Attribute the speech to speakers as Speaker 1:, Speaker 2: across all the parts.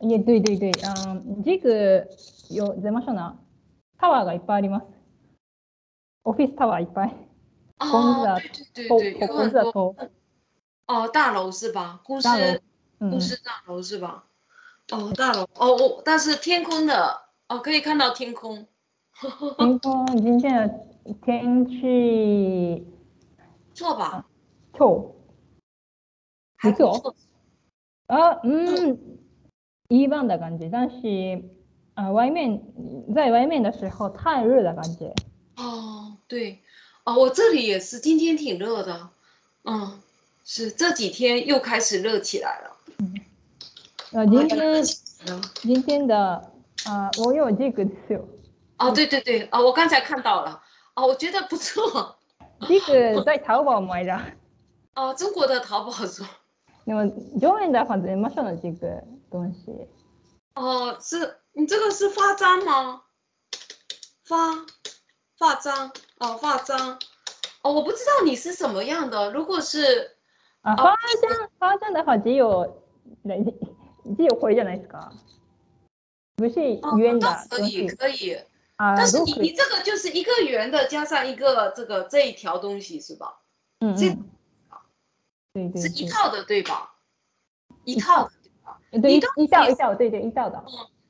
Speaker 1: 也对对对，嗯，这个有怎么说呢？タワーがいっぱいあります。オフィスタワーいっぱい。公司
Speaker 2: 啊，
Speaker 1: 啊
Speaker 2: 对对
Speaker 1: 公
Speaker 2: 对对，有
Speaker 1: 公
Speaker 2: 很
Speaker 1: 司的
Speaker 2: 多
Speaker 1: 头，
Speaker 2: 哦，大楼是吧？公司
Speaker 1: 大楼嗯
Speaker 2: 公，司大楼是吧？哦，大楼哦，我但是天空的哦，可以看到天空。
Speaker 1: 天空今天的天气
Speaker 2: 错吧？
Speaker 1: 今日
Speaker 2: 还不
Speaker 1: 啊不
Speaker 2: 错。
Speaker 1: あ、うん、一般的感觉，但是啊、外面在外面的时候太热的感觉。
Speaker 2: 哦，对，哦，我这里也是，今天挺热的。嗯，是这几天又开始热起来了。
Speaker 1: 呃，今
Speaker 2: 又热
Speaker 1: 天
Speaker 2: 起来了
Speaker 1: 今天的啊、我有这个ですよ。
Speaker 2: 哦，对对对，哦，我刚才看到了。哦，我觉得不错。
Speaker 1: 这个在淘宝买的，
Speaker 2: 哦，中国的淘宝 说。
Speaker 1: 那么上面的话怎么说呢？这个东西，
Speaker 2: 哦，是你这个是发簪吗？发发簪哦，发簪哦，我不知道你是什么样的。如果是
Speaker 1: あ、
Speaker 2: あ
Speaker 1: ファージャン、ファージャン的话只有那只有これじゃないですか？不是
Speaker 2: 哦，
Speaker 1: 圆的
Speaker 2: 那可
Speaker 1: 东
Speaker 2: 以
Speaker 1: 西
Speaker 2: 可以，
Speaker 1: 啊，
Speaker 2: 但是
Speaker 1: 都
Speaker 2: 你
Speaker 1: 可
Speaker 2: 你
Speaker 1: 以。
Speaker 2: 这个就是一个圆的加上一个这个这一条东西是吧？
Speaker 1: 嗯
Speaker 2: 这
Speaker 1: 嗯，对对
Speaker 2: 是
Speaker 1: 对。
Speaker 2: 一套的对吧？一套的，
Speaker 1: 对，
Speaker 2: 你
Speaker 1: 一
Speaker 2: 都
Speaker 1: 一道一道，对对，一道的，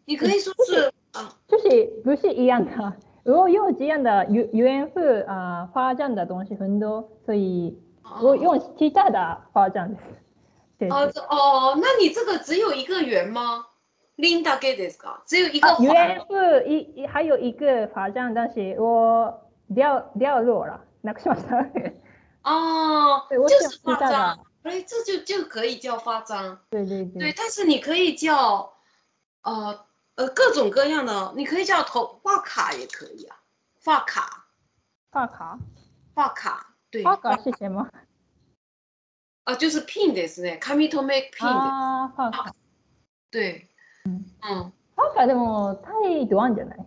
Speaker 2: 你可以说是啊
Speaker 1: 就是不是一样的。如果有这样的原原会啊发展的东西很多，所以我
Speaker 2: 哦
Speaker 1: 用其他的发展的。对，
Speaker 2: 哦
Speaker 1: 啊
Speaker 2: 这哦，那你这个只有一个圆吗？Linda g a t e s 只有一
Speaker 1: 啊
Speaker 2: 个环
Speaker 1: 原会一一还有一个发展，但是我掉掉落了，なくしました。
Speaker 2: 哦，
Speaker 1: 对，我
Speaker 2: 就
Speaker 1: 想
Speaker 2: 是
Speaker 1: 其
Speaker 2: 发
Speaker 1: 他
Speaker 2: 簪。
Speaker 1: 的。
Speaker 2: 哎，这就就可以叫发簪，
Speaker 1: 对对
Speaker 2: 对，
Speaker 1: 对，
Speaker 2: 但是你可以叫，呃呃，各种各样的，你可以叫头发卡也可以啊，发卡，
Speaker 1: 发卡，
Speaker 2: 发卡，对，
Speaker 1: 发卡是什么？
Speaker 2: 啊，就是 pin ですね，髪留め pin
Speaker 1: あー、发卡，
Speaker 2: 对，嗯，
Speaker 1: 发卡でも太短じゃない？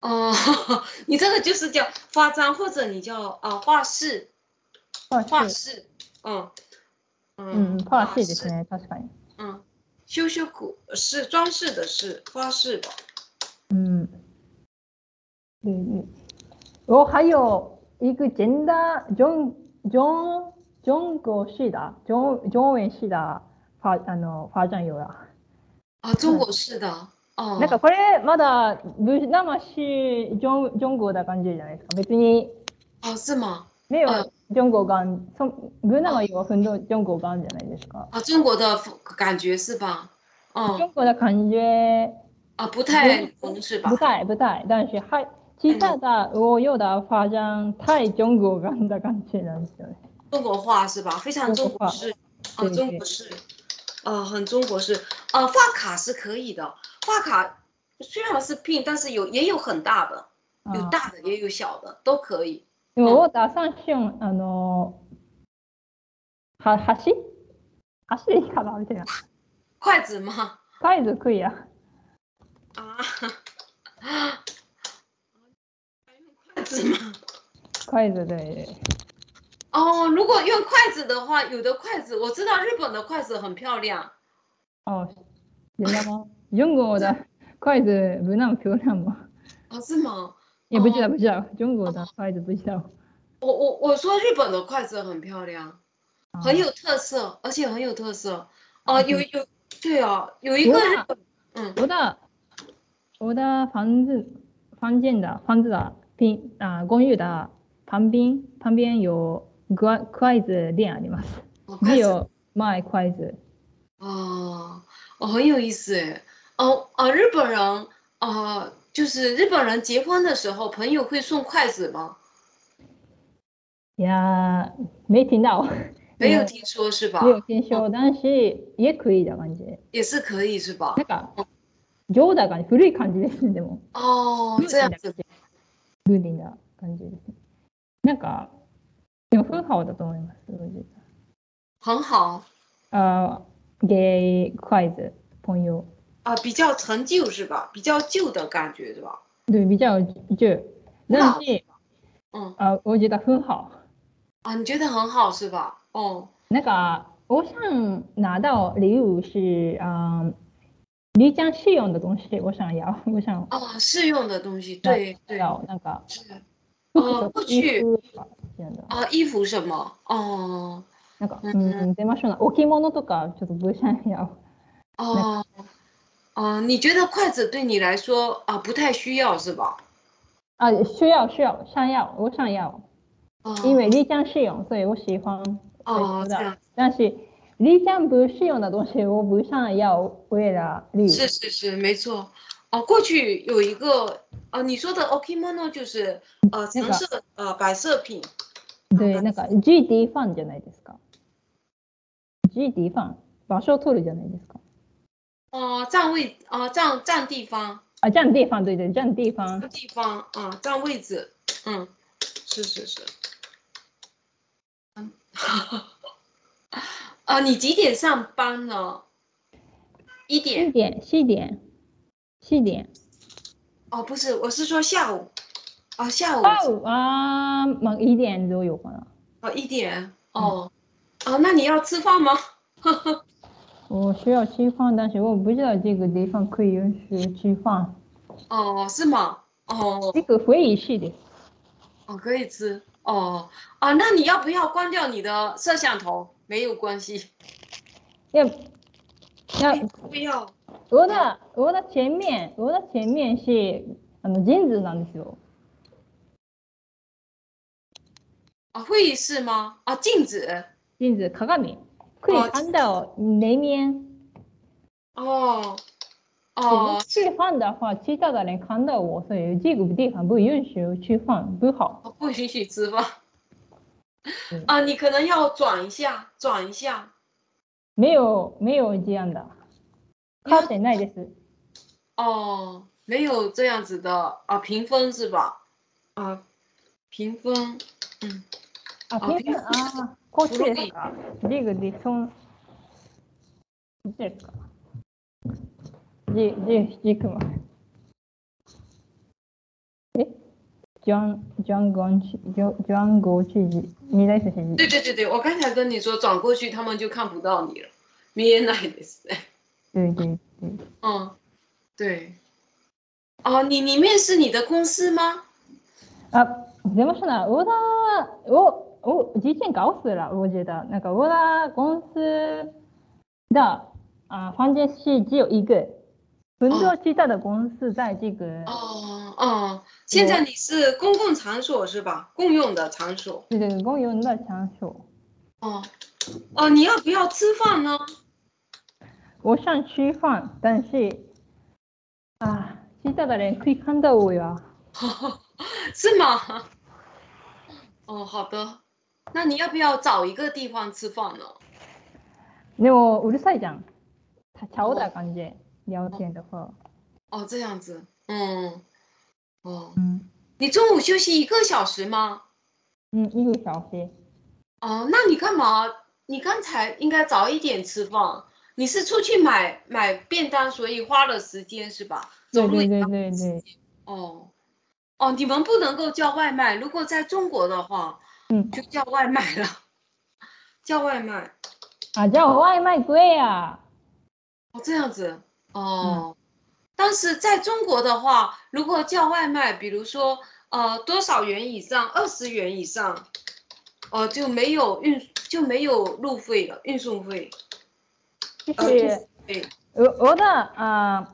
Speaker 2: 哦， 你这个就是叫发簪，或者你叫啊发饰，
Speaker 1: 发
Speaker 2: 发
Speaker 1: 式，
Speaker 2: 饰，嗯
Speaker 1: 嗯，
Speaker 2: 嗯，
Speaker 1: 发式ですね、確かに。
Speaker 2: 嗯，修修骨是装饰的饰，发饰吧，
Speaker 1: 嗯，对对，我还有一个简单中中中国式的中中文式的发あの发展有了。嗯
Speaker 2: 啊，中国式的，哦，
Speaker 1: なんかこれまだぶ生し中中国な感じじゃないですか。別に
Speaker 2: 哦，是吗？
Speaker 1: 没有
Speaker 2: あ
Speaker 1: 中国感，从不那么有很多中国感じゃないですか。
Speaker 2: 啊，中国的风感觉是吧？嗯
Speaker 1: 中国的感觉
Speaker 2: 啊，不太浓是吧
Speaker 1: 不？太不太，但是还其他的我有的发展太中国感的感觉なんですよね。
Speaker 2: 中国话是吧？非常
Speaker 1: 中
Speaker 2: 中
Speaker 1: 国
Speaker 2: 国
Speaker 1: 话
Speaker 2: 式啊，
Speaker 1: 对对
Speaker 2: 中国式，啊，很中国式。啊，发卡是可以的，发卡虽然是 pin，但是有也有很大的，有
Speaker 1: あー
Speaker 2: 大的也有小的，都可以。
Speaker 1: でも、ウォーター、サンション、あのー、は、橋橋でいいかなみたいな。
Speaker 2: 筷子吗？
Speaker 1: サイズクイア。
Speaker 2: 啊， 还用筷子吗？
Speaker 1: サイズで。
Speaker 2: 哦，如果用筷子的话，有的筷子我知道日本的筷子很漂亮。
Speaker 1: あ、ジェンダマ。ジョンゴーだ。サイズ、ブナム、ピョーランも。
Speaker 2: 哦，是吗？
Speaker 1: いや、ブチだ、ブチだ。ジョンゴーだ。サイズ、ブチだ。
Speaker 2: 我我我说日本的筷子很漂亮。很有特色，而且很有特色。哦，
Speaker 1: 嗯啊
Speaker 2: 有有，对哦，有一个
Speaker 1: 哇
Speaker 2: 日本，嗯，
Speaker 1: オダ、オダ、ファンズ、ファンジェンダ、ファンズダ、ピン、あ、ゴンユダ、パンビン、パンビエンヨ、グワ、クワイズ、リンあります。
Speaker 2: 我
Speaker 1: リ
Speaker 2: 开始
Speaker 1: オ、マイ、クワイズ。
Speaker 2: 哦，哦，很有意思哎。哦哦，日本人啊、哦就是日本人结婚的时候，朋友会送筷子吗？
Speaker 1: いやー、没听到。
Speaker 2: 没有
Speaker 1: 嗯
Speaker 2: 听说是吧
Speaker 1: 没？有听说，但是也可以的感じ。
Speaker 2: 也是可以是吧
Speaker 1: なん？か、上だ感じ、古い感じですね、でも。
Speaker 2: 哦，这样子。
Speaker 1: ルーディンな感じですね。なんか、でも、風好だと思います。
Speaker 2: 很好
Speaker 1: あーゲイ、クワイズ、ポンヨ。
Speaker 2: 啊、比较陈旧是吧？比较旧的感觉是吧？
Speaker 1: で、比较旧。但是、
Speaker 2: 嗯
Speaker 1: あ、我觉得很好。
Speaker 2: 啊，你觉得很好是吧？哦
Speaker 1: なんか、我想拿到礼物是、あー嗯你讲适用的东西，我想要，我想
Speaker 2: 哦，适用的东西，
Speaker 1: 要
Speaker 2: 对对，
Speaker 1: 要那个嗯
Speaker 2: 是
Speaker 1: 服
Speaker 2: 不
Speaker 1: 衣
Speaker 2: 哦去
Speaker 1: 服とかっていうの
Speaker 2: 啊，衣服什么？哦
Speaker 1: なんか、う
Speaker 2: うんん、
Speaker 1: 出ましょうな。置物とか、ちょっと不想要。
Speaker 2: 哦哦，你觉得筷子对你来说啊不太需要是吧？
Speaker 1: 啊，需要需要，想要，我想要，
Speaker 2: 哦
Speaker 1: 因为丽江适用，所以我喜欢。
Speaker 2: 哦这
Speaker 1: 所以
Speaker 2: 样，
Speaker 1: 但是丽江不适用的东西，我不想要，为了理由。
Speaker 2: 是是是，没错。哦，过去有一个呃，你说的 okimono 就是呃
Speaker 1: 那
Speaker 2: 橙
Speaker 1: 个
Speaker 2: 色呃摆设品
Speaker 1: 对、なんか GD ファンじゃないですか。GD ファン、場所を取るじゃないですか。
Speaker 2: 哦、占位啊、占占地方
Speaker 1: 啊，占地方，对对，占地方
Speaker 2: 占。地方啊、占位置，嗯，是是是。嗯， 啊，你几点上班呢？一
Speaker 1: 西
Speaker 2: 点
Speaker 1: 点，西点，西点。
Speaker 2: 哦，不是，我是说下午，啊、下午
Speaker 1: あうあー、まあ、いい啊点どうようかな。
Speaker 2: 哦一点哦，哦，那你要吃饭吗？
Speaker 1: 我需要吃饭，但是我不知道这个地方可以允许吃饭。
Speaker 2: 哦，是吗？哦
Speaker 1: 这个会议室的，
Speaker 2: 哦，可以吃哦啊，那你要不要关掉你的摄像头？没有关系，
Speaker 1: 要要
Speaker 2: 不要
Speaker 1: 我的我的前面我的前面是あの人数なんですよ。
Speaker 2: 啊，会议室吗？啊，禁止。
Speaker 1: 人数鏡。可以看到里面。
Speaker 2: 哦，
Speaker 1: 我
Speaker 2: 哦，
Speaker 1: 吃饭的话，其他的人看到我，所以这个地方不允许吃饭，不好。
Speaker 2: 不允许吃饭
Speaker 1: 嗯。
Speaker 2: 啊，你可能要转一下，转一下。
Speaker 1: 没有没有这样的。カーテンないです。
Speaker 2: 哦，没有这样子的啊，评分是吧？啊，评分，嗯，
Speaker 1: あ、
Speaker 2: あ
Speaker 1: ピンクあ、こっちですか。リーグでそん。こっちですか。ジ、ジ、ジクマ。え、ジャン、ジャンゴンチ、ジャジャンゴチジ、二代目
Speaker 2: 对对对对，我刚才跟你说转过去，他们就看不到你了。見えないですね。
Speaker 1: 对对对，
Speaker 2: 嗯，对。哦，你你面试你的公司吗？
Speaker 1: あ、でもそな、オーダー、お、お、事件がおすら、我觉得、なんかオーダーゴンスだ、あ、ファンジェシジオ一个，很多其他的公司在这个。
Speaker 2: 哦哦，现在你是公共场所是吧？共用的场所。
Speaker 1: 对对，公有那场所，
Speaker 2: 哦哦，你要不要吃饭呢？
Speaker 1: 我想吃饭，但是啊，其他的人可以看到我呀。
Speaker 2: 是吗？ 哦，好的。那你要不要找一个地方吃饭呢？
Speaker 1: でもうるさいじゃん。他吵的感觉，聊天的话，
Speaker 2: 哦，这样子。嗯，哦，
Speaker 1: 嗯
Speaker 2: 你中午休息一个小时吗？
Speaker 1: 嗯，一个小时。
Speaker 2: 哦，那你干嘛？你刚才应该早一点吃饭。你是出去买买便当，所以花了时间是吧？走
Speaker 1: 对
Speaker 2: 路
Speaker 1: 对
Speaker 2: 也
Speaker 1: 对
Speaker 2: 要
Speaker 1: 对对，
Speaker 2: 哦哦，你们不能够叫外卖。如果在中国的话，
Speaker 1: 嗯
Speaker 2: 就叫外卖了， 叫外卖。
Speaker 1: 啊，叫我外卖贵啊。
Speaker 2: 哦，这样子哦。但是在中国的话，如果叫外卖，比如说呃多少元以上，二十元以上，哦、就没有运就没有路费了，运送费。
Speaker 1: 就
Speaker 2: 呃，就是是对，
Speaker 1: 我我的啊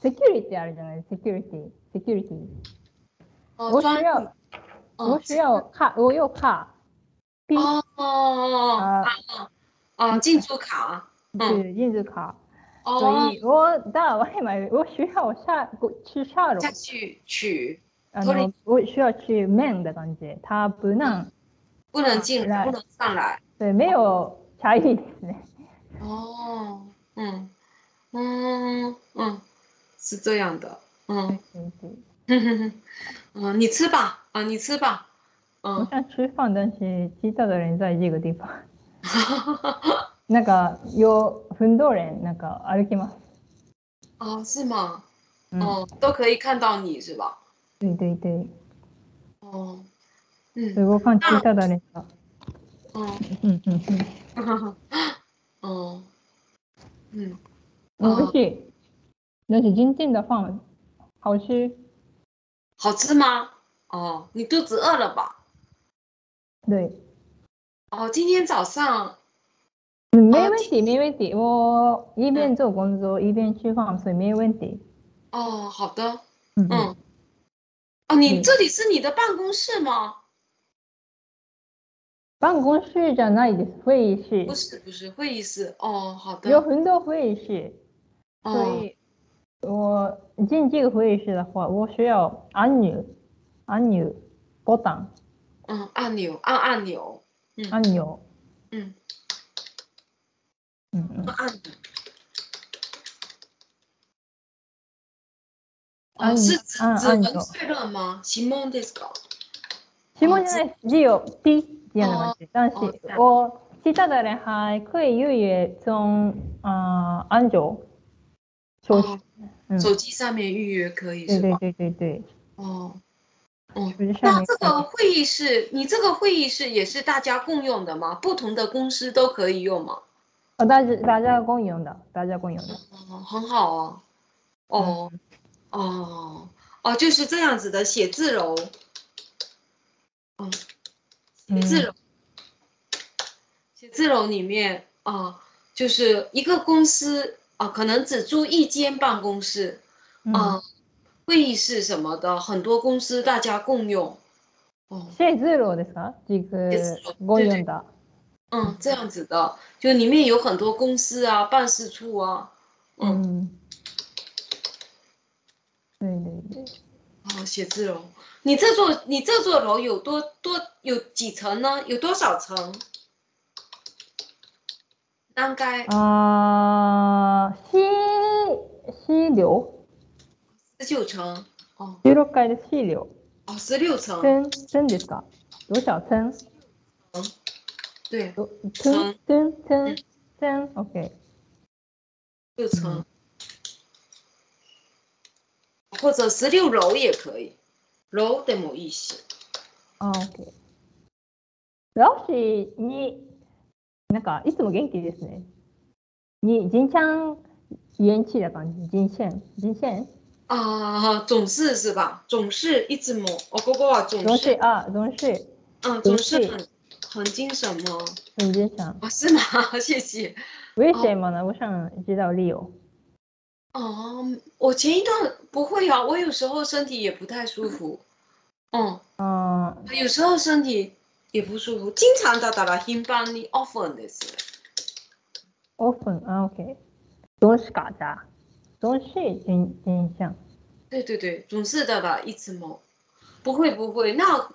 Speaker 1: ，security あるじゃない，security security，
Speaker 2: 哦、
Speaker 1: 我
Speaker 2: 专
Speaker 1: 需要
Speaker 2: 哦
Speaker 1: 我需要卡，我有卡，冰
Speaker 2: 哦哦哦
Speaker 1: 啊
Speaker 2: 啊啊进出卡，嗯
Speaker 1: 对，印度卡。所
Speaker 2: 哦
Speaker 1: 以我到外卖，我需要下吃下楼
Speaker 2: 下，去取，
Speaker 1: 然
Speaker 2: 所以
Speaker 1: 后我需要去面的感觉，它不
Speaker 2: 嗯
Speaker 1: 能
Speaker 2: 不能进
Speaker 1: 啊来
Speaker 2: 来，不能上来。
Speaker 1: 对没有差异ですね。
Speaker 2: 哦，嗯，嗯嗯，是这样的，嗯，
Speaker 1: 对对，
Speaker 2: 哼哼哼， 嗯，你吃吧，啊，你吃吧，
Speaker 1: 我
Speaker 2: 嗯，
Speaker 1: 想吃饭，但是其他的人在这个地 方，那个有很多人那个歩きます。
Speaker 2: 哦，是吗？
Speaker 1: 嗯
Speaker 2: 哦，都可以看到你是吧？
Speaker 1: 对对对，
Speaker 2: 哦，嗯
Speaker 1: 所以我看其他的人が，
Speaker 2: 哦，
Speaker 1: 嗯嗯嗯，
Speaker 2: 哦，嗯，嗯哦
Speaker 1: 美味しい。但是今天的饭好吃，
Speaker 2: 好吃吗？哦，你肚子饿了吧？
Speaker 1: 对，
Speaker 2: 哦，今天早上
Speaker 1: 嗯没问题，没问题。我一边做工作一边吃饭，所以没问题。
Speaker 2: 哦，好的，
Speaker 1: 嗯
Speaker 2: 嗯，哦，你
Speaker 1: 嗯
Speaker 2: 这里是你的办公室吗？
Speaker 1: 办公室在那里会议室
Speaker 2: 不是，不是会议室。哦，好
Speaker 1: 有
Speaker 2: 的，
Speaker 1: 很多会议室，所
Speaker 2: 哦，
Speaker 1: 以我进这个会议室的话，我需要按钮、按钮、拨档、
Speaker 2: 嗯，按钮，按按钮，
Speaker 1: 按钮。
Speaker 2: 嗯，
Speaker 1: 嗯嗯
Speaker 2: 按，按钮。
Speaker 1: 按
Speaker 2: 哦，是
Speaker 1: 钮
Speaker 2: 指
Speaker 1: 按
Speaker 2: 指
Speaker 1: 按
Speaker 2: 纹
Speaker 1: 钮
Speaker 2: 确认吗？指紋ですか？
Speaker 1: 希望现在只有 B 这样的关系，但是
Speaker 2: 哦这样
Speaker 1: 我其他的人还可以预约从啊、呃、安卓手机
Speaker 2: 哦，
Speaker 1: 嗯
Speaker 2: 手机上面预约可以
Speaker 1: 对
Speaker 2: 是
Speaker 1: 对
Speaker 2: 吧？
Speaker 1: 对对对，
Speaker 2: 哦，哦，
Speaker 1: 手机上
Speaker 2: 那
Speaker 1: 面
Speaker 2: 这个会议室，你这个会议室也是大家共用的吗？不同的公司都可以用吗？
Speaker 1: 哦，大家大家共用的，大家共用的，
Speaker 2: 哦，很好啊。哦，哦，哦，就是这样子的写字楼。嗯，写字楼，写字楼里面啊、就是一个公司啊、可能只租一间办公室
Speaker 1: 嗯，
Speaker 2: 啊、会议室什么的，很多公司大家共用。哦，
Speaker 1: 写字楼ですか？这个
Speaker 2: 写字楼
Speaker 1: 共
Speaker 2: 对
Speaker 1: 用
Speaker 2: 对
Speaker 1: 的，
Speaker 2: 嗯，这样子的，就里面有很多公司啊、办事处啊，嗯，
Speaker 1: 嗯，对对对，
Speaker 2: 哦，写字楼。你这座你这座楼有多多有几层呢？有多少层？大概
Speaker 1: 啊、西西流，
Speaker 2: 十九层哦
Speaker 1: 十六階で西流，
Speaker 2: 哦，十六层，
Speaker 1: 真真ですか？多少层？
Speaker 2: 对，
Speaker 1: 噔噔噔噔噔，OK，
Speaker 2: 六层，或者十六楼也可以。楼的某意思。
Speaker 1: あ OK。老師に、なんかいつも元気ですね。に、人ちゃん、元気な感じ、人ちゃん、人ちゃん
Speaker 2: 啊、总是是吧？总是一直某哦，哥哥啊，
Speaker 1: どうし、あ、どうし、
Speaker 2: 嗯，
Speaker 1: 总
Speaker 2: 总是
Speaker 1: 是
Speaker 2: 很很精神吗？
Speaker 1: 人ちゃん。
Speaker 2: 哦，是吗？ 谢谢。
Speaker 1: 为什么呢？我想知道理由。
Speaker 2: 哦，我前一段不会啊，我有时候身体也不太舒服。嗯，
Speaker 1: あ
Speaker 2: 有时候身体也不舒服，经常だから頻繁に often です。
Speaker 1: オープン、あ、OK。どうしか、じゃあ。どうし、人、人ちゃん。
Speaker 2: 对对对，总是的吧，一直某。不会不会，那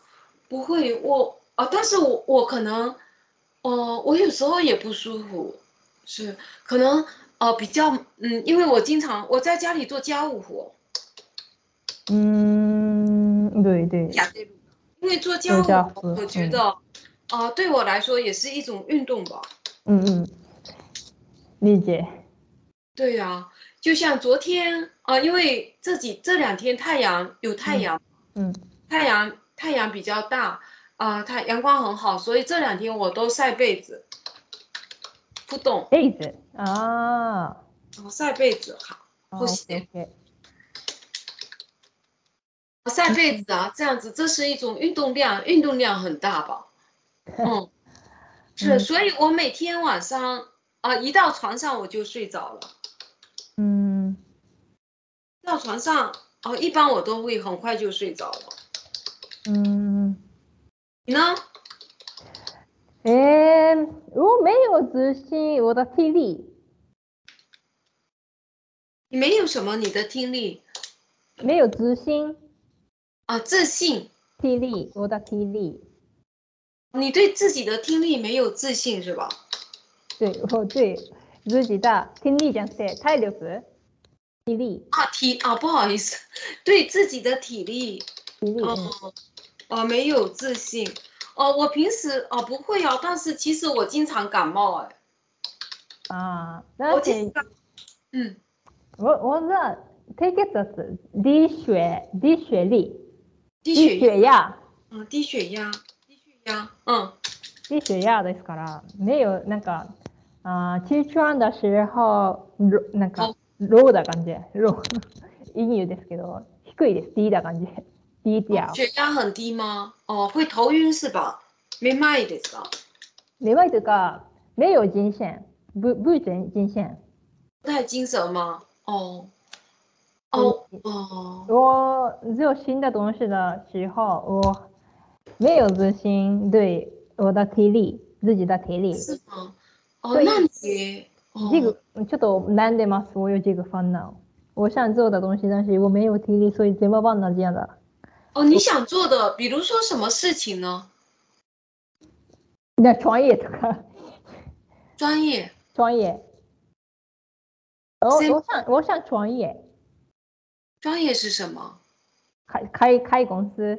Speaker 2: 不会我啊、但是我我可能，哦、我有时候也不舒服，是可能呃比较嗯，因为我经常我在家里做家务活，
Speaker 1: うーん、どいどい。
Speaker 2: 亚对路的，因为做
Speaker 1: 做家
Speaker 2: 家务，
Speaker 1: 务
Speaker 2: 我觉
Speaker 1: 嗯
Speaker 2: 得，啊、对我来说也是一种运动吧。
Speaker 1: うんうん。理解。
Speaker 2: 对呀、就像昨天啊、因为这几这两天太阳有太
Speaker 1: 嗯
Speaker 2: 阳，
Speaker 1: うん。
Speaker 2: 太阳太阳比较大啊、太阳光很好，所以这两天我都晒被子，不懂，
Speaker 1: エイズ。あー。
Speaker 2: 我晒被子好，
Speaker 1: あ
Speaker 2: 不
Speaker 1: ー
Speaker 2: 行
Speaker 1: OK OK
Speaker 2: 晒被子啊，这样子，这是一种运动量，运动量很大吧？嗯，是，
Speaker 1: 嗯
Speaker 2: 所以我每天晚上啊、一到床上我就睡着了。
Speaker 1: うーん。
Speaker 2: 到床上哦，一般我都会很快就睡着了。
Speaker 1: うーん。
Speaker 2: 你呢？
Speaker 1: えー、我没有自信我的体力，
Speaker 2: 你没有什么你的听力
Speaker 1: 没有自信
Speaker 2: 啊，自信，
Speaker 1: 体力，我的体力，
Speaker 2: 你对自己的听力没有自信是吧？
Speaker 1: 对我对自己的听力讲对体力，体力，
Speaker 2: 啊，体啊，不好意思，对自己的体力
Speaker 1: 体力，嗯
Speaker 2: 哦，哦，没有自信。哦，我平时哦不会哦，但是其实我经常感冒哎，
Speaker 1: 啊，
Speaker 2: 我
Speaker 1: 但
Speaker 2: 经
Speaker 1: 是
Speaker 2: 常，嗯，
Speaker 1: 我我的低血圧，低血低血力，
Speaker 2: 低
Speaker 1: 低血
Speaker 2: 血压，
Speaker 1: 压，
Speaker 2: 嗯，低血压，低血压，嗯，
Speaker 1: 低血压ですから没有那个啊、起床的时候那个
Speaker 2: 头
Speaker 1: ローな感じ。ロー。 英語ですけど、低いです。低な感じ。低调。
Speaker 2: 血压很低吗？哦，会头晕是吧？没卖的是吧？
Speaker 1: めまいとか、没有精神。不、不精精神。
Speaker 2: 不太精神吗？哦，哦哦，
Speaker 1: 我只有新的东西的时候，我没有自信对我的体力，自己的体力。
Speaker 2: 是吗？哦，
Speaker 1: 对
Speaker 2: 那你哦
Speaker 1: 这个ちょっと难的吗？我有这个烦恼。我想做的东西，但是我没有体力，所以怎么办呢？这样的，
Speaker 2: 哦，你想做的，比如说什么事情呢？
Speaker 1: 那创业这个
Speaker 2: 专业
Speaker 1: 创业，我
Speaker 2: 所以
Speaker 1: 我想我想创业，
Speaker 2: 专业是什么
Speaker 1: 开开开公司，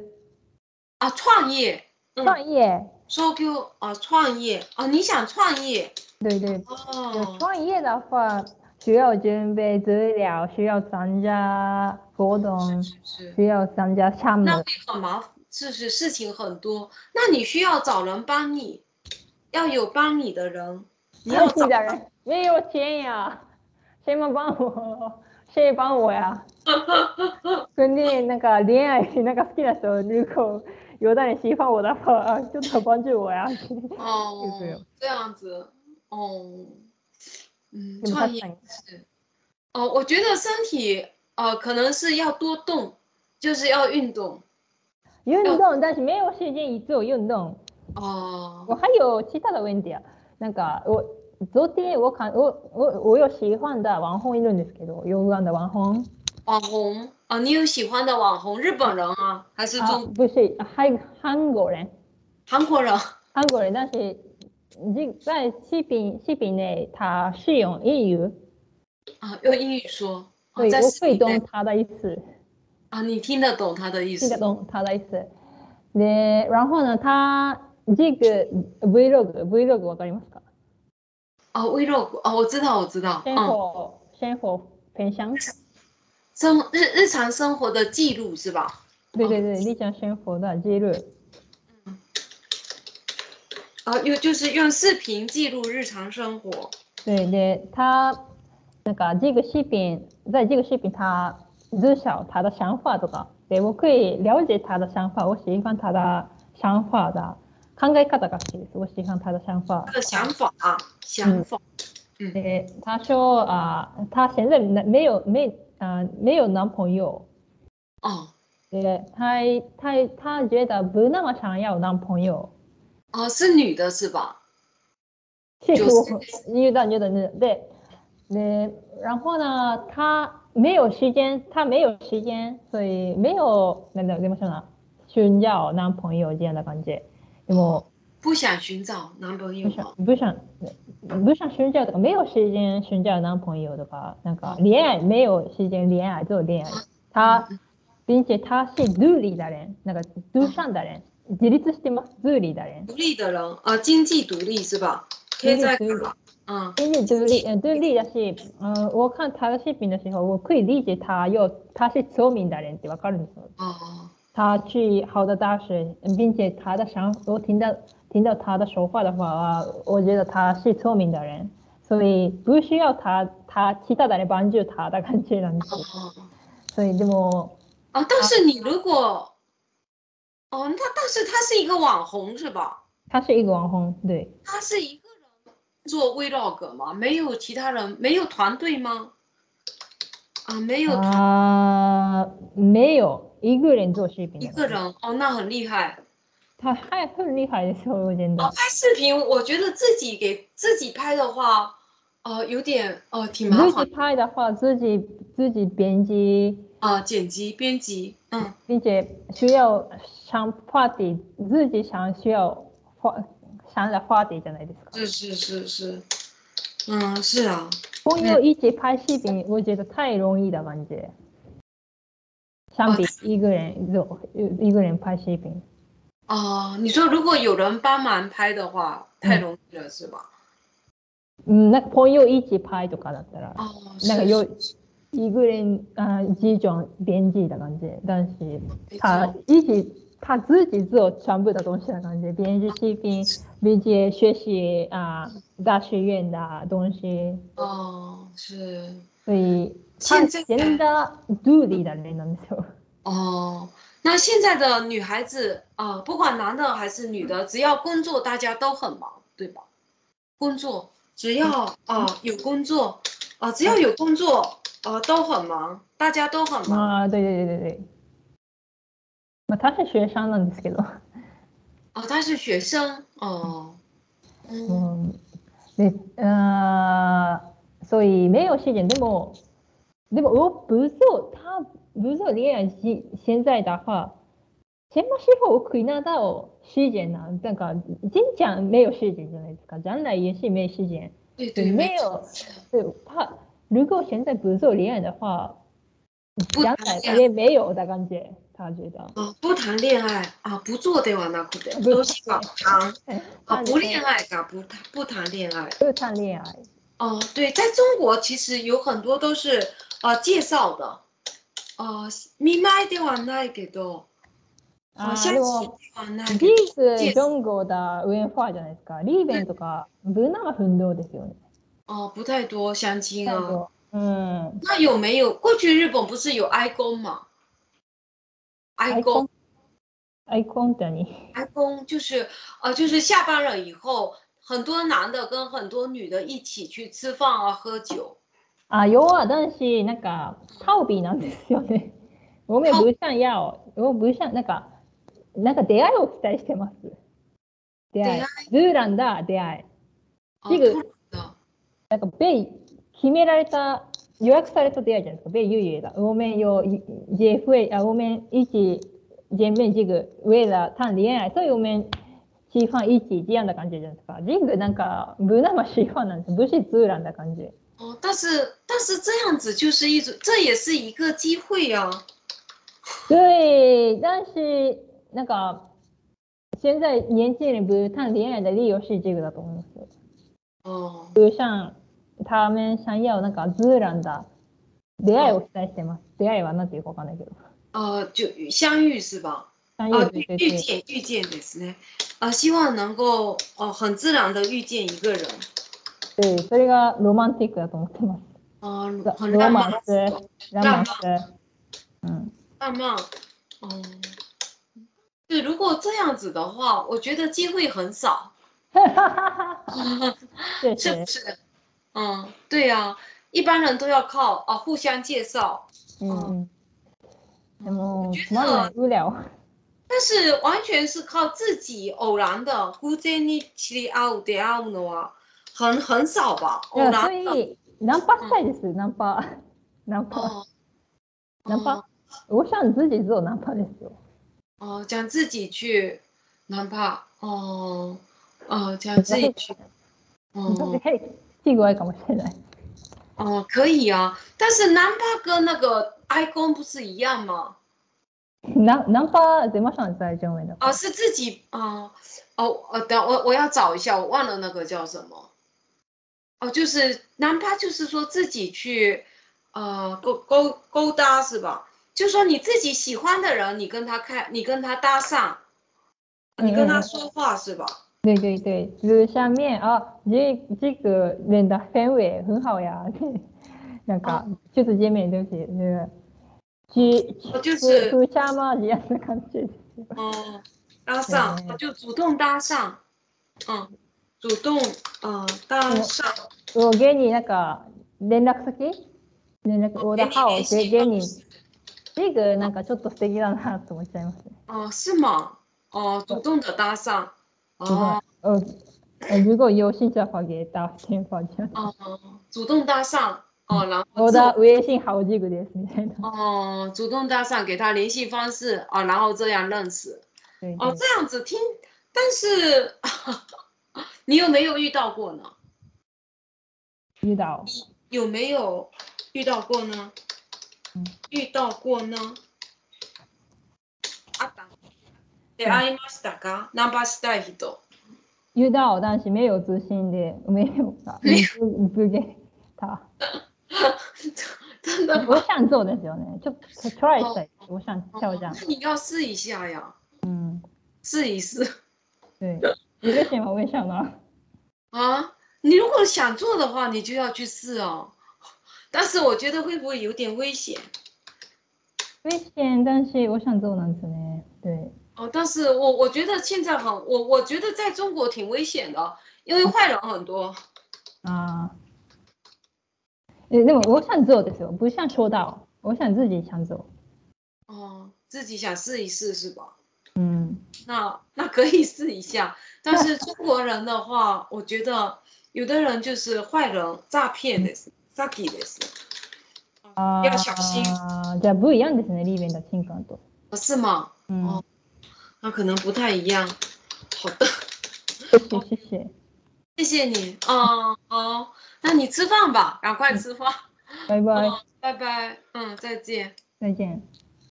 Speaker 2: 啊？创业，嗯
Speaker 1: 创业，
Speaker 2: 说 Q 啊，创业啊，你想创业
Speaker 1: 对对
Speaker 2: 哦。
Speaker 1: 创业的话，需要准备资料，需要参加活动，
Speaker 2: 是是
Speaker 1: 需要参加项目
Speaker 2: 那，会很麻烦，是是事情很多，那你需要找人帮你，要有帮你的人，你要找
Speaker 1: 自家人没有钱呀，谁能帮我？谁帮我 呀？兄弟，那个恋爱那个好きな人，如果有的人喜欢我的话，就得帮助我呀。
Speaker 2: 哦
Speaker 1: 对对，
Speaker 2: 这样子，哦，嗯，
Speaker 1: 你们
Speaker 2: 创
Speaker 1: 再
Speaker 2: 业
Speaker 1: 看一
Speaker 2: 是，哦，我觉得身体呃可能是要多动，就是要运动，
Speaker 1: 运动，但是没有时间做运动。
Speaker 2: 哦，
Speaker 1: 我还有其他的问题啊，那个我昨天我看我我我有喜欢的网红いるんですけど、有关的网红
Speaker 2: 网红啊、你有喜欢的网红，日本人啊，还是
Speaker 1: 啊
Speaker 2: 中、，
Speaker 1: 不是韩韩国人，
Speaker 2: 韩国人？
Speaker 1: 韩国人，但是这在视频视频内他使用英语，
Speaker 2: 啊，用英语说，啊、
Speaker 1: 对
Speaker 2: 在
Speaker 1: 我
Speaker 2: 视
Speaker 1: 会
Speaker 2: 频内
Speaker 1: 懂他的意思，
Speaker 2: 啊，你听得懂他的意
Speaker 1: 听
Speaker 2: 思
Speaker 1: 得懂他的意思。で、然后呢，他这个 vlog vlog わかりますか？
Speaker 2: 哦，vlog 哦，我知道，我知道，
Speaker 1: 生
Speaker 2: 嗯，
Speaker 1: 活生活分享，
Speaker 2: 生日日常生活的记录是吧？
Speaker 1: 对对对，理想生活的记录。
Speaker 2: 啊，用就是用视频记录日常生活，
Speaker 1: 对对，他那个这个视频，在这个视频他至少他的想法这个，对我可以了解他的想法，我喜欢他的想法的考え方が好きです。我喜欢他的想法
Speaker 2: 他。的想法、啊、想
Speaker 1: 嗯
Speaker 2: 法，
Speaker 1: 对，他说啊、他现在没有没啊、没有男朋友，
Speaker 2: 哦
Speaker 1: 对，他他他觉得不那么想要男朋友。
Speaker 2: 哦，是女的是吧？
Speaker 1: 这是
Speaker 2: 就
Speaker 1: 我
Speaker 2: 是
Speaker 1: 遇到觉得那对，呃，然后呢，他没有时间，他没有时间，所以没有那个怎么说呢？寻找男朋友这样的感觉，那么
Speaker 2: 不想寻找男朋友啊
Speaker 1: 不想？不
Speaker 2: 吗
Speaker 1: 想不想寻找的，没有时间寻找男朋友的吧？那个恋爱没有时间恋爱做恋爱，他并且他是独立的人，那个独善的人，自立してます独立的人，
Speaker 2: 独立的人啊，经济独立是吧？可以在
Speaker 1: 独立独立
Speaker 2: 嗯
Speaker 1: 因为独立，呃，独立だし、嗯，我看他的视频的时候，我可以理解他有他是聪明的人ってわかるんですよ。
Speaker 2: 哦
Speaker 1: 他去好的大学，并且他的想，我听到听到他的说话的话，啊我觉得他是聪明的人，所以不需要他他其他的人帮助他的感觉なんですよ。
Speaker 2: 哦
Speaker 1: 所以でも
Speaker 2: 哦，但是你如果哦，那但是他是一个网红是吧？
Speaker 1: 他是一个网红，对，
Speaker 2: 他是一个人做 vlog 吗？没有其他人，没有团队吗？啊，没有团
Speaker 1: 啊，没有一个人做视频
Speaker 2: 一
Speaker 1: 的，
Speaker 2: 个人哦，那很厉害。
Speaker 1: 他还很厉害的时候，我觉
Speaker 2: 哦
Speaker 1: 得，。
Speaker 2: 拍视频，我觉得自己给自己拍的话，呃，有点呃挺麻
Speaker 1: 自
Speaker 2: 烦
Speaker 1: 己拍的话，自己自己编辑，
Speaker 2: 啊、剪辑、编辑，嗯，
Speaker 1: 并且需要想话题，自己想需要话想的话题じゃないですか。
Speaker 2: 是是是是，嗯，是啊，
Speaker 1: 朋友一起拍视频，我觉得太容易的感觉。相比一个人做一个人拍视频，
Speaker 2: 哦、你说如果有人帮忙拍的话，太容易了，是吧？
Speaker 1: 嗯，那朋友一起拍とかだったら、
Speaker 2: 哦，
Speaker 1: 那个
Speaker 2: 是
Speaker 1: 有
Speaker 2: 是
Speaker 1: 呃一个人啊，几种编辑的感觉，但是
Speaker 2: 没
Speaker 1: 他
Speaker 2: 错
Speaker 1: 一起他自己做全部的东西的感觉，编辑视频，理解学习啊、大学院的东西，
Speaker 2: 哦，是，
Speaker 1: 所以他
Speaker 2: 现在
Speaker 1: 真的独立的人なんですよ。
Speaker 2: 哦，那现在的女孩子啊、不管男的还是女的，只要工作，大家都很忙，对吧？工作，只要啊、
Speaker 1: 嗯
Speaker 2: 有工作，啊、只要有工作，啊都很忙，大家都很忙。
Speaker 1: まあ、啊对对对对对。まあ、他是学生なんですけど。
Speaker 2: 哦，他是学生，哦，
Speaker 1: うん、
Speaker 2: 嗯，
Speaker 1: で、あーそういう名誉資源でも、でも、我不做，他不做恋爱现现在的话，什么时候可以拿到时间呢？なんか、真ちゃん没有时间じゃないですか。将来也是没时间。
Speaker 2: 对对，
Speaker 1: 没
Speaker 2: 错
Speaker 1: 有，对他如果现在不做恋爱的话，
Speaker 2: 不
Speaker 1: 将
Speaker 2: 谈
Speaker 1: 来
Speaker 2: 恋爱
Speaker 1: 也没有的感觉。他觉得，
Speaker 2: 啊，不谈恋爱啊，不做对吧？那不对，
Speaker 1: 不
Speaker 2: 都是搞 谈
Speaker 1: 哎
Speaker 2: 啊，不恋
Speaker 1: 爱，
Speaker 2: 爱，搞不谈不谈恋爱。
Speaker 1: 不谈恋爱。
Speaker 2: 哦，对，在中国其实有很多都是呃介绍的，呃，見舞いではないけど，
Speaker 1: あ
Speaker 2: 好
Speaker 1: ー
Speaker 2: 像
Speaker 1: で
Speaker 2: で
Speaker 1: も
Speaker 2: はないけ
Speaker 1: リ
Speaker 2: ど
Speaker 1: ーズ、ジョンゴーだ、ウェンファーじゃないですか。リーベンとか、ブナは奮闘ですよね。
Speaker 2: 哦，不太多相亲
Speaker 1: 最
Speaker 2: 啊。
Speaker 1: 後うん。
Speaker 2: 那有没有过去日本不是有 i 公嘛？i 公
Speaker 1: アイコンって何
Speaker 2: i 公就是呃就是下班了以后，很多男的跟很多女的一起去吃饭啊喝酒。
Speaker 1: あ、要は男子、なんか、タオビーなんですよね。 ごめん、
Speaker 2: タオ
Speaker 1: ブーシャンやお。おブーシャン、なんか、なんか出会いを期待してます。出会い。ズーランだ、出会い。
Speaker 2: 啊
Speaker 1: 这个
Speaker 2: 突然的
Speaker 1: なんか、米、決められた、予約された出会いじゃないですか。米ユユだ。ウォメン用 JFA、あ、ウォメン1、全面ジグ、ウェーダー、タン、リエンアイ、そういうウォメン、シーファン1、ジアンな感じじゃないですか。ジグ、なんか、ブナマシーファンなんですよ。ブシズーランな感じ。
Speaker 2: 哦，但是但是这样子就是一种，这也是一个机会呀、啊。
Speaker 1: 对，但是那个现在年轻人不谈恋爱的理由是这个的东西，
Speaker 2: 哦。
Speaker 1: 他们想要那个自然的出会いを期待してます。出会いはなんていうかわかんないけど。
Speaker 2: 呃，就与相遇是吧？
Speaker 1: 三
Speaker 2: 啊
Speaker 1: 月，对
Speaker 2: 遇
Speaker 1: 对
Speaker 2: 遇
Speaker 1: 对，
Speaker 2: 见遇见ですね。啊，希望能够哦、很自然的遇见一个人，
Speaker 1: 对，それがロマンティックだと思ってま
Speaker 2: 啊、
Speaker 1: ロ
Speaker 2: 很浪漫，
Speaker 1: ロマンす。浪漫的，嗯，
Speaker 2: 浪漫，嗯，对，如果这样子的话，我觉得机会很少，
Speaker 1: 哈哈哈哈， 谢
Speaker 2: 是
Speaker 1: 谢
Speaker 2: 不，是？嗯，对呀、一般人都要靠啊、互相介绍，
Speaker 1: 嗯嗯，でもつ
Speaker 2: 觉得
Speaker 1: まんない無聊。
Speaker 2: 但是完全是靠自己偶然的，估计你七二五点二五啊的话，很很少吧，偶
Speaker 1: だからそう
Speaker 2: 然的，
Speaker 1: いうナンパしたいです。ナンパ、ナンパ。
Speaker 2: 哦，
Speaker 1: ナン
Speaker 2: 哦
Speaker 1: パ我想自己做ナンパですよ。
Speaker 2: 哦，讲自己去南帕，哦，哦，讲自己去
Speaker 1: 私、，
Speaker 2: 哦
Speaker 1: 私、嘿，奇怪かもしれない。
Speaker 2: 哦，可以啊。但是南帕跟那个 icon 不是一样吗？
Speaker 1: ナナンパ出ましたね、最上位の。
Speaker 2: 啊，是自己啊，哦，呃，等我我要找一下，我忘了那个叫什么。哦，就是南帕，就是说自己去，呃，勾勾勾搭是吧？就说你自己喜欢的人，你跟他开，你跟他搭讪，你
Speaker 1: 嗯
Speaker 2: 跟
Speaker 1: 嗯
Speaker 2: 他
Speaker 1: 嗯
Speaker 2: 说话是吧？
Speaker 1: 对对对，就是下面啊，这这个人的氛围很好呀。 なんか、ちょっと地面です。ねじ
Speaker 2: 哦就是
Speaker 1: ふふしゃまじやな感じですよ。
Speaker 2: 哦，搭讪，
Speaker 1: 对
Speaker 2: 我就主动搭讪，嗯，主动，嗯、搭
Speaker 1: 嗯
Speaker 2: 讪，
Speaker 1: お芸人なんか連絡先連絡オーダーハ
Speaker 2: 给
Speaker 1: オ
Speaker 2: 你联系
Speaker 1: 芸
Speaker 2: 方
Speaker 1: 人
Speaker 2: 式
Speaker 1: 这个なんかちょっと素敵だなと思っちゃいますね。
Speaker 2: 哦，是吗？哦，主动的搭讪，哦，
Speaker 1: うんうんすごい、よしじゃファゲーター、テンファじゃん。
Speaker 2: 哦，主动搭讪，哦，然后
Speaker 1: オー
Speaker 2: 自
Speaker 1: ダー、
Speaker 2: 我
Speaker 1: ウェイシン、ハオジグです、みたいな。
Speaker 2: 哦，主动搭讪，给他联系方式啊、然后这样认识，
Speaker 1: 对
Speaker 2: 哦，
Speaker 1: 对
Speaker 2: 这样子听，但是 你有没有遇到过呢？
Speaker 1: 遇到。
Speaker 2: 有没有遇到过呢
Speaker 1: 嗯？
Speaker 2: 遇到过呢？あった。出会いましたか？ナンパした い人。
Speaker 1: 遇到、男子、名誉通信で、名誉が、
Speaker 2: 名
Speaker 1: ブゲタ。
Speaker 2: 真的
Speaker 1: 我
Speaker 2: 吗？
Speaker 1: 想做ですよね。ちょっとトライしたい。我想挑
Speaker 2: 那
Speaker 1: 战。
Speaker 2: 你要试一下呀。
Speaker 1: う
Speaker 2: 试一试
Speaker 1: 对，为什么？为什么？
Speaker 2: 啊。你如果想做的话，你就要去试哦。但是我觉得会不会有点危险？
Speaker 1: 危险，但是我想做なんですね。对，
Speaker 2: 哦，但是我我觉得现在很，我我觉得在中国挺危险的，因为坏人很多。
Speaker 1: 啊，えでも我想做ですよ。不想说到，我想自己想做。
Speaker 2: 哦，自己想试一试是吧？
Speaker 1: 嗯，
Speaker 2: 那那可以试一下，但是中国人的话，我觉得有的人就是坏人、诈骗的、诈骗的，
Speaker 1: あ
Speaker 2: 要小心
Speaker 1: あ、じゃあ不一样ですね。リベンの新感と。
Speaker 2: 不是吗？
Speaker 1: 嗯，
Speaker 2: 哦那可能不太一样。好的，
Speaker 1: 谢谢谢谢。
Speaker 2: 谢谢你。哦哦，那你吃饭吧，赶快吃饭。
Speaker 1: 拜拜，
Speaker 2: 拜拜，嗯，再见。
Speaker 1: 再见。